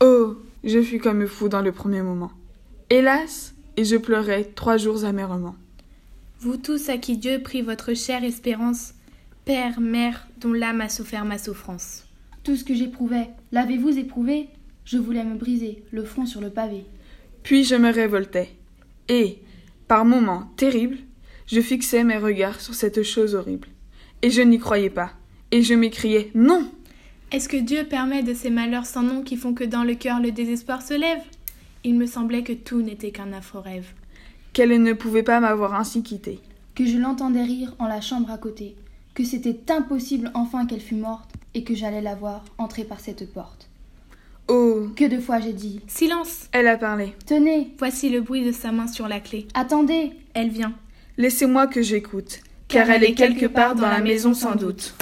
Oh, Je fus comme fou dans le premier moment. Hélas Et je pleurai trois jours amèrement. Vous tous à qui Dieu prit votre chère espérance, Père, Mère, dont l'âme a souffert ma souffrance. Tout ce que j'éprouvais, l'avez-vous éprouvé Je voulais me briser, le front sur le pavé. Puis je me révoltais. Et, par moments terribles, je fixais mes regards sur cette chose horrible. Et je n'y croyais pas. Et je m'écriais Non Est-ce que Dieu permet de ces malheurs sans nom qui font que dans le cœur le désespoir se lève Il me semblait que tout n'était qu'un affreux rêve. Qu'elle ne pouvait pas m'avoir ainsi quitté. Que je l'entendais rire en la chambre à côté. Que c'était impossible enfin qu'elle fût morte et que j'allais la voir entrer par cette porte. Oh Que de fois j'ai dit Silence Elle a parlé. Tenez, Voici le bruit de sa main sur la clé. attendez Elle vient. Laissez-moi que j'écoute, car elle est quelque part dans la maison sans doute.